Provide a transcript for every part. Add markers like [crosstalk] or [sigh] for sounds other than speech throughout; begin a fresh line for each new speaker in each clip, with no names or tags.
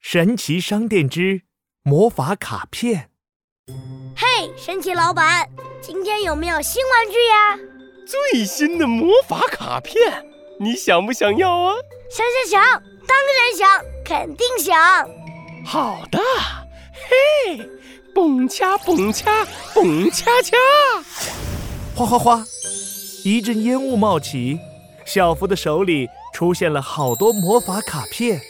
神奇商店之魔法卡片。
嘿，神奇老板，今天有没有新玩具呀？
最新的魔法卡片，你想不想要啊？
想想想，当然想，肯定想。
好的，嘿，蹦恰蹦恰蹦恰恰，
哗哗哗，一阵烟雾冒起，小福的手里出现了好多魔法卡片。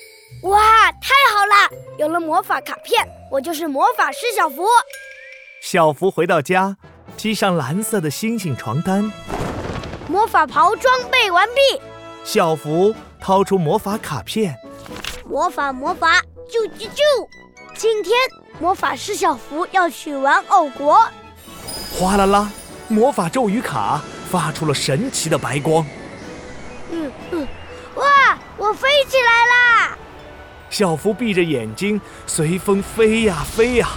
哇，太好了！有了魔法卡片，我就是魔法师小福。
小福回到家，披上蓝色的星星床单。
魔法袍装备完毕，
小福掏出魔法卡片，
魔法魔法，啾啾啾！今天魔法师小福要去玩偶国，
哗啦啦，魔法咒语卡发出了神奇的白光。
嗯嗯，哇，我飞起来啦！
小福闭着眼睛，随风飞呀飞呀。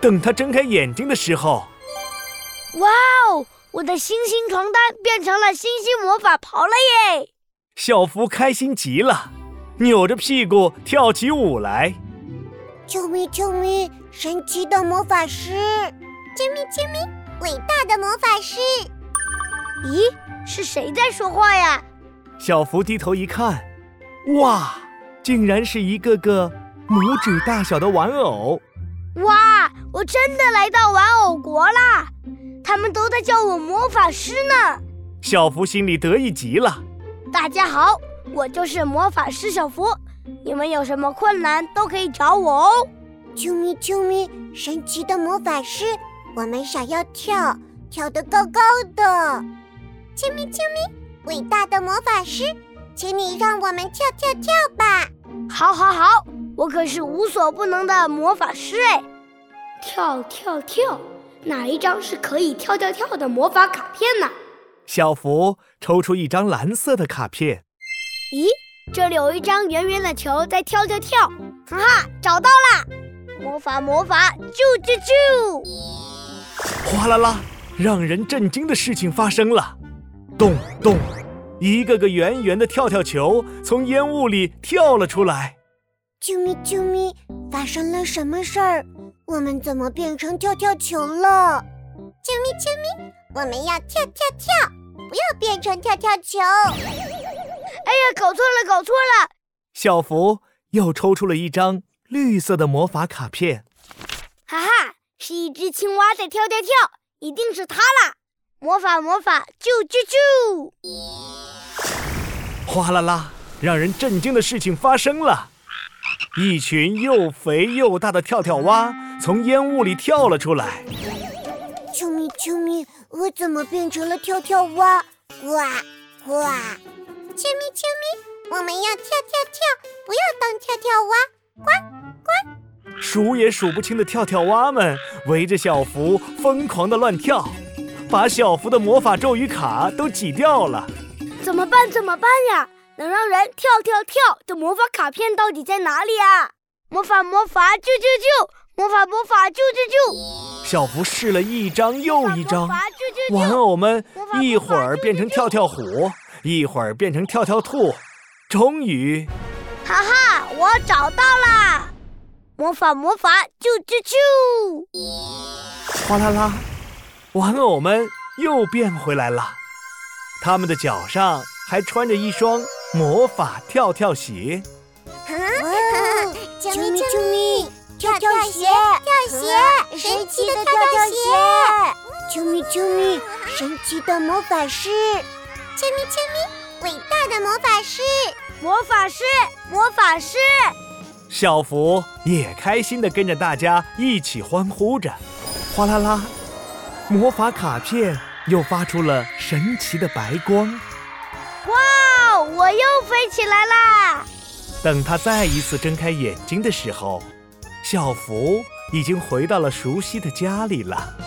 等他睁开眼睛的时候，
哇哦，我的星星床单变成了星星魔法袍了耶！
小福开心极了，扭着屁股跳起舞来。
啾咪啾咪，神奇的魔法师！啾咪啾咪，伟大的魔法师！
咦，是谁在说话呀？
小福低头一看，哇，竟然是一个个拇指大小的玩偶。
哇，我真的来到玩偶国啦！他们都在叫我魔法师呢。
小福心里得意极了。
大家好，我就是魔法师小福，你们有什么困难都可以找我哦。
啾咪啾咪，神奇的魔法师！我们想要跳，跳得高高的。啾咪啾咪，伟大的魔法师，请你让我们跳跳跳吧！
好，好，好，我可是无所不能的魔法师哎！跳跳跳，哪一张是可以跳跳跳的魔法卡片呢？
小福抽出一张蓝色的卡片，
咦，这里有一张圆圆的球在跳跳跳，哈哈，找到啦！魔法魔法，啾啾啾！
哗啦啦，让人震惊的事情发生了。咚咚，一个个圆圆的跳跳球从烟雾里跳了出来。
啾咪啾咪，发生了什么事儿？我们怎么变成跳跳球了？啾咪啾咪，我们要跳跳跳，不要变成跳跳球！
哎呀，搞错了，搞错了！
小福又抽出了一张绿色的魔法卡片。
哈哈，是一只青蛙在跳跳跳，一定是它啦！魔法魔法，啾啾啾！
哗啦啦，让人震惊的事情发生了！一群又肥又大的跳跳蛙从烟雾里跳了出来。
啾咪啾咪，我怎么变成了跳跳蛙？呱呱！啾咪啾咪，我们要跳跳跳，不要当跳跳蛙！呱！
数也数不清的跳跳蛙们围着小福疯狂地乱跳，把小福的魔法咒语卡都挤掉了。
怎么办？怎么办呀？能让人跳跳跳的魔法卡片到底在哪里啊？魔法魔法，啾啾啾！魔法魔法，啾啾啾！
小福试了一张又一张
魔，法啾啾
玩
啾！
偶们一会儿变成跳跳虎，一会儿变成跳跳兔，终于，
哈哈，我找到啦！魔法魔法，啾啾啾！
[laughs]
哗啦啦，玩偶们又变回来了。他们的脚上还穿着一双魔法跳跳鞋。
哦，
啾
[laughs] 啾
咪
咪
啾
啾咪，跳跳鞋，跳鞋，神奇的跳跳鞋！啾咪啾咪，神奇的魔法师！啾咪啾咪，伟大的魔法师！
魔法师，魔法师！
小福也开心地跟着大家一起欢呼着，哗啦啦，魔法卡片又发出了神奇的白光。
哇，哦，我又飞起来啦！
等他再一次睁开眼睛的时候，小福已经回到了熟悉的家里了。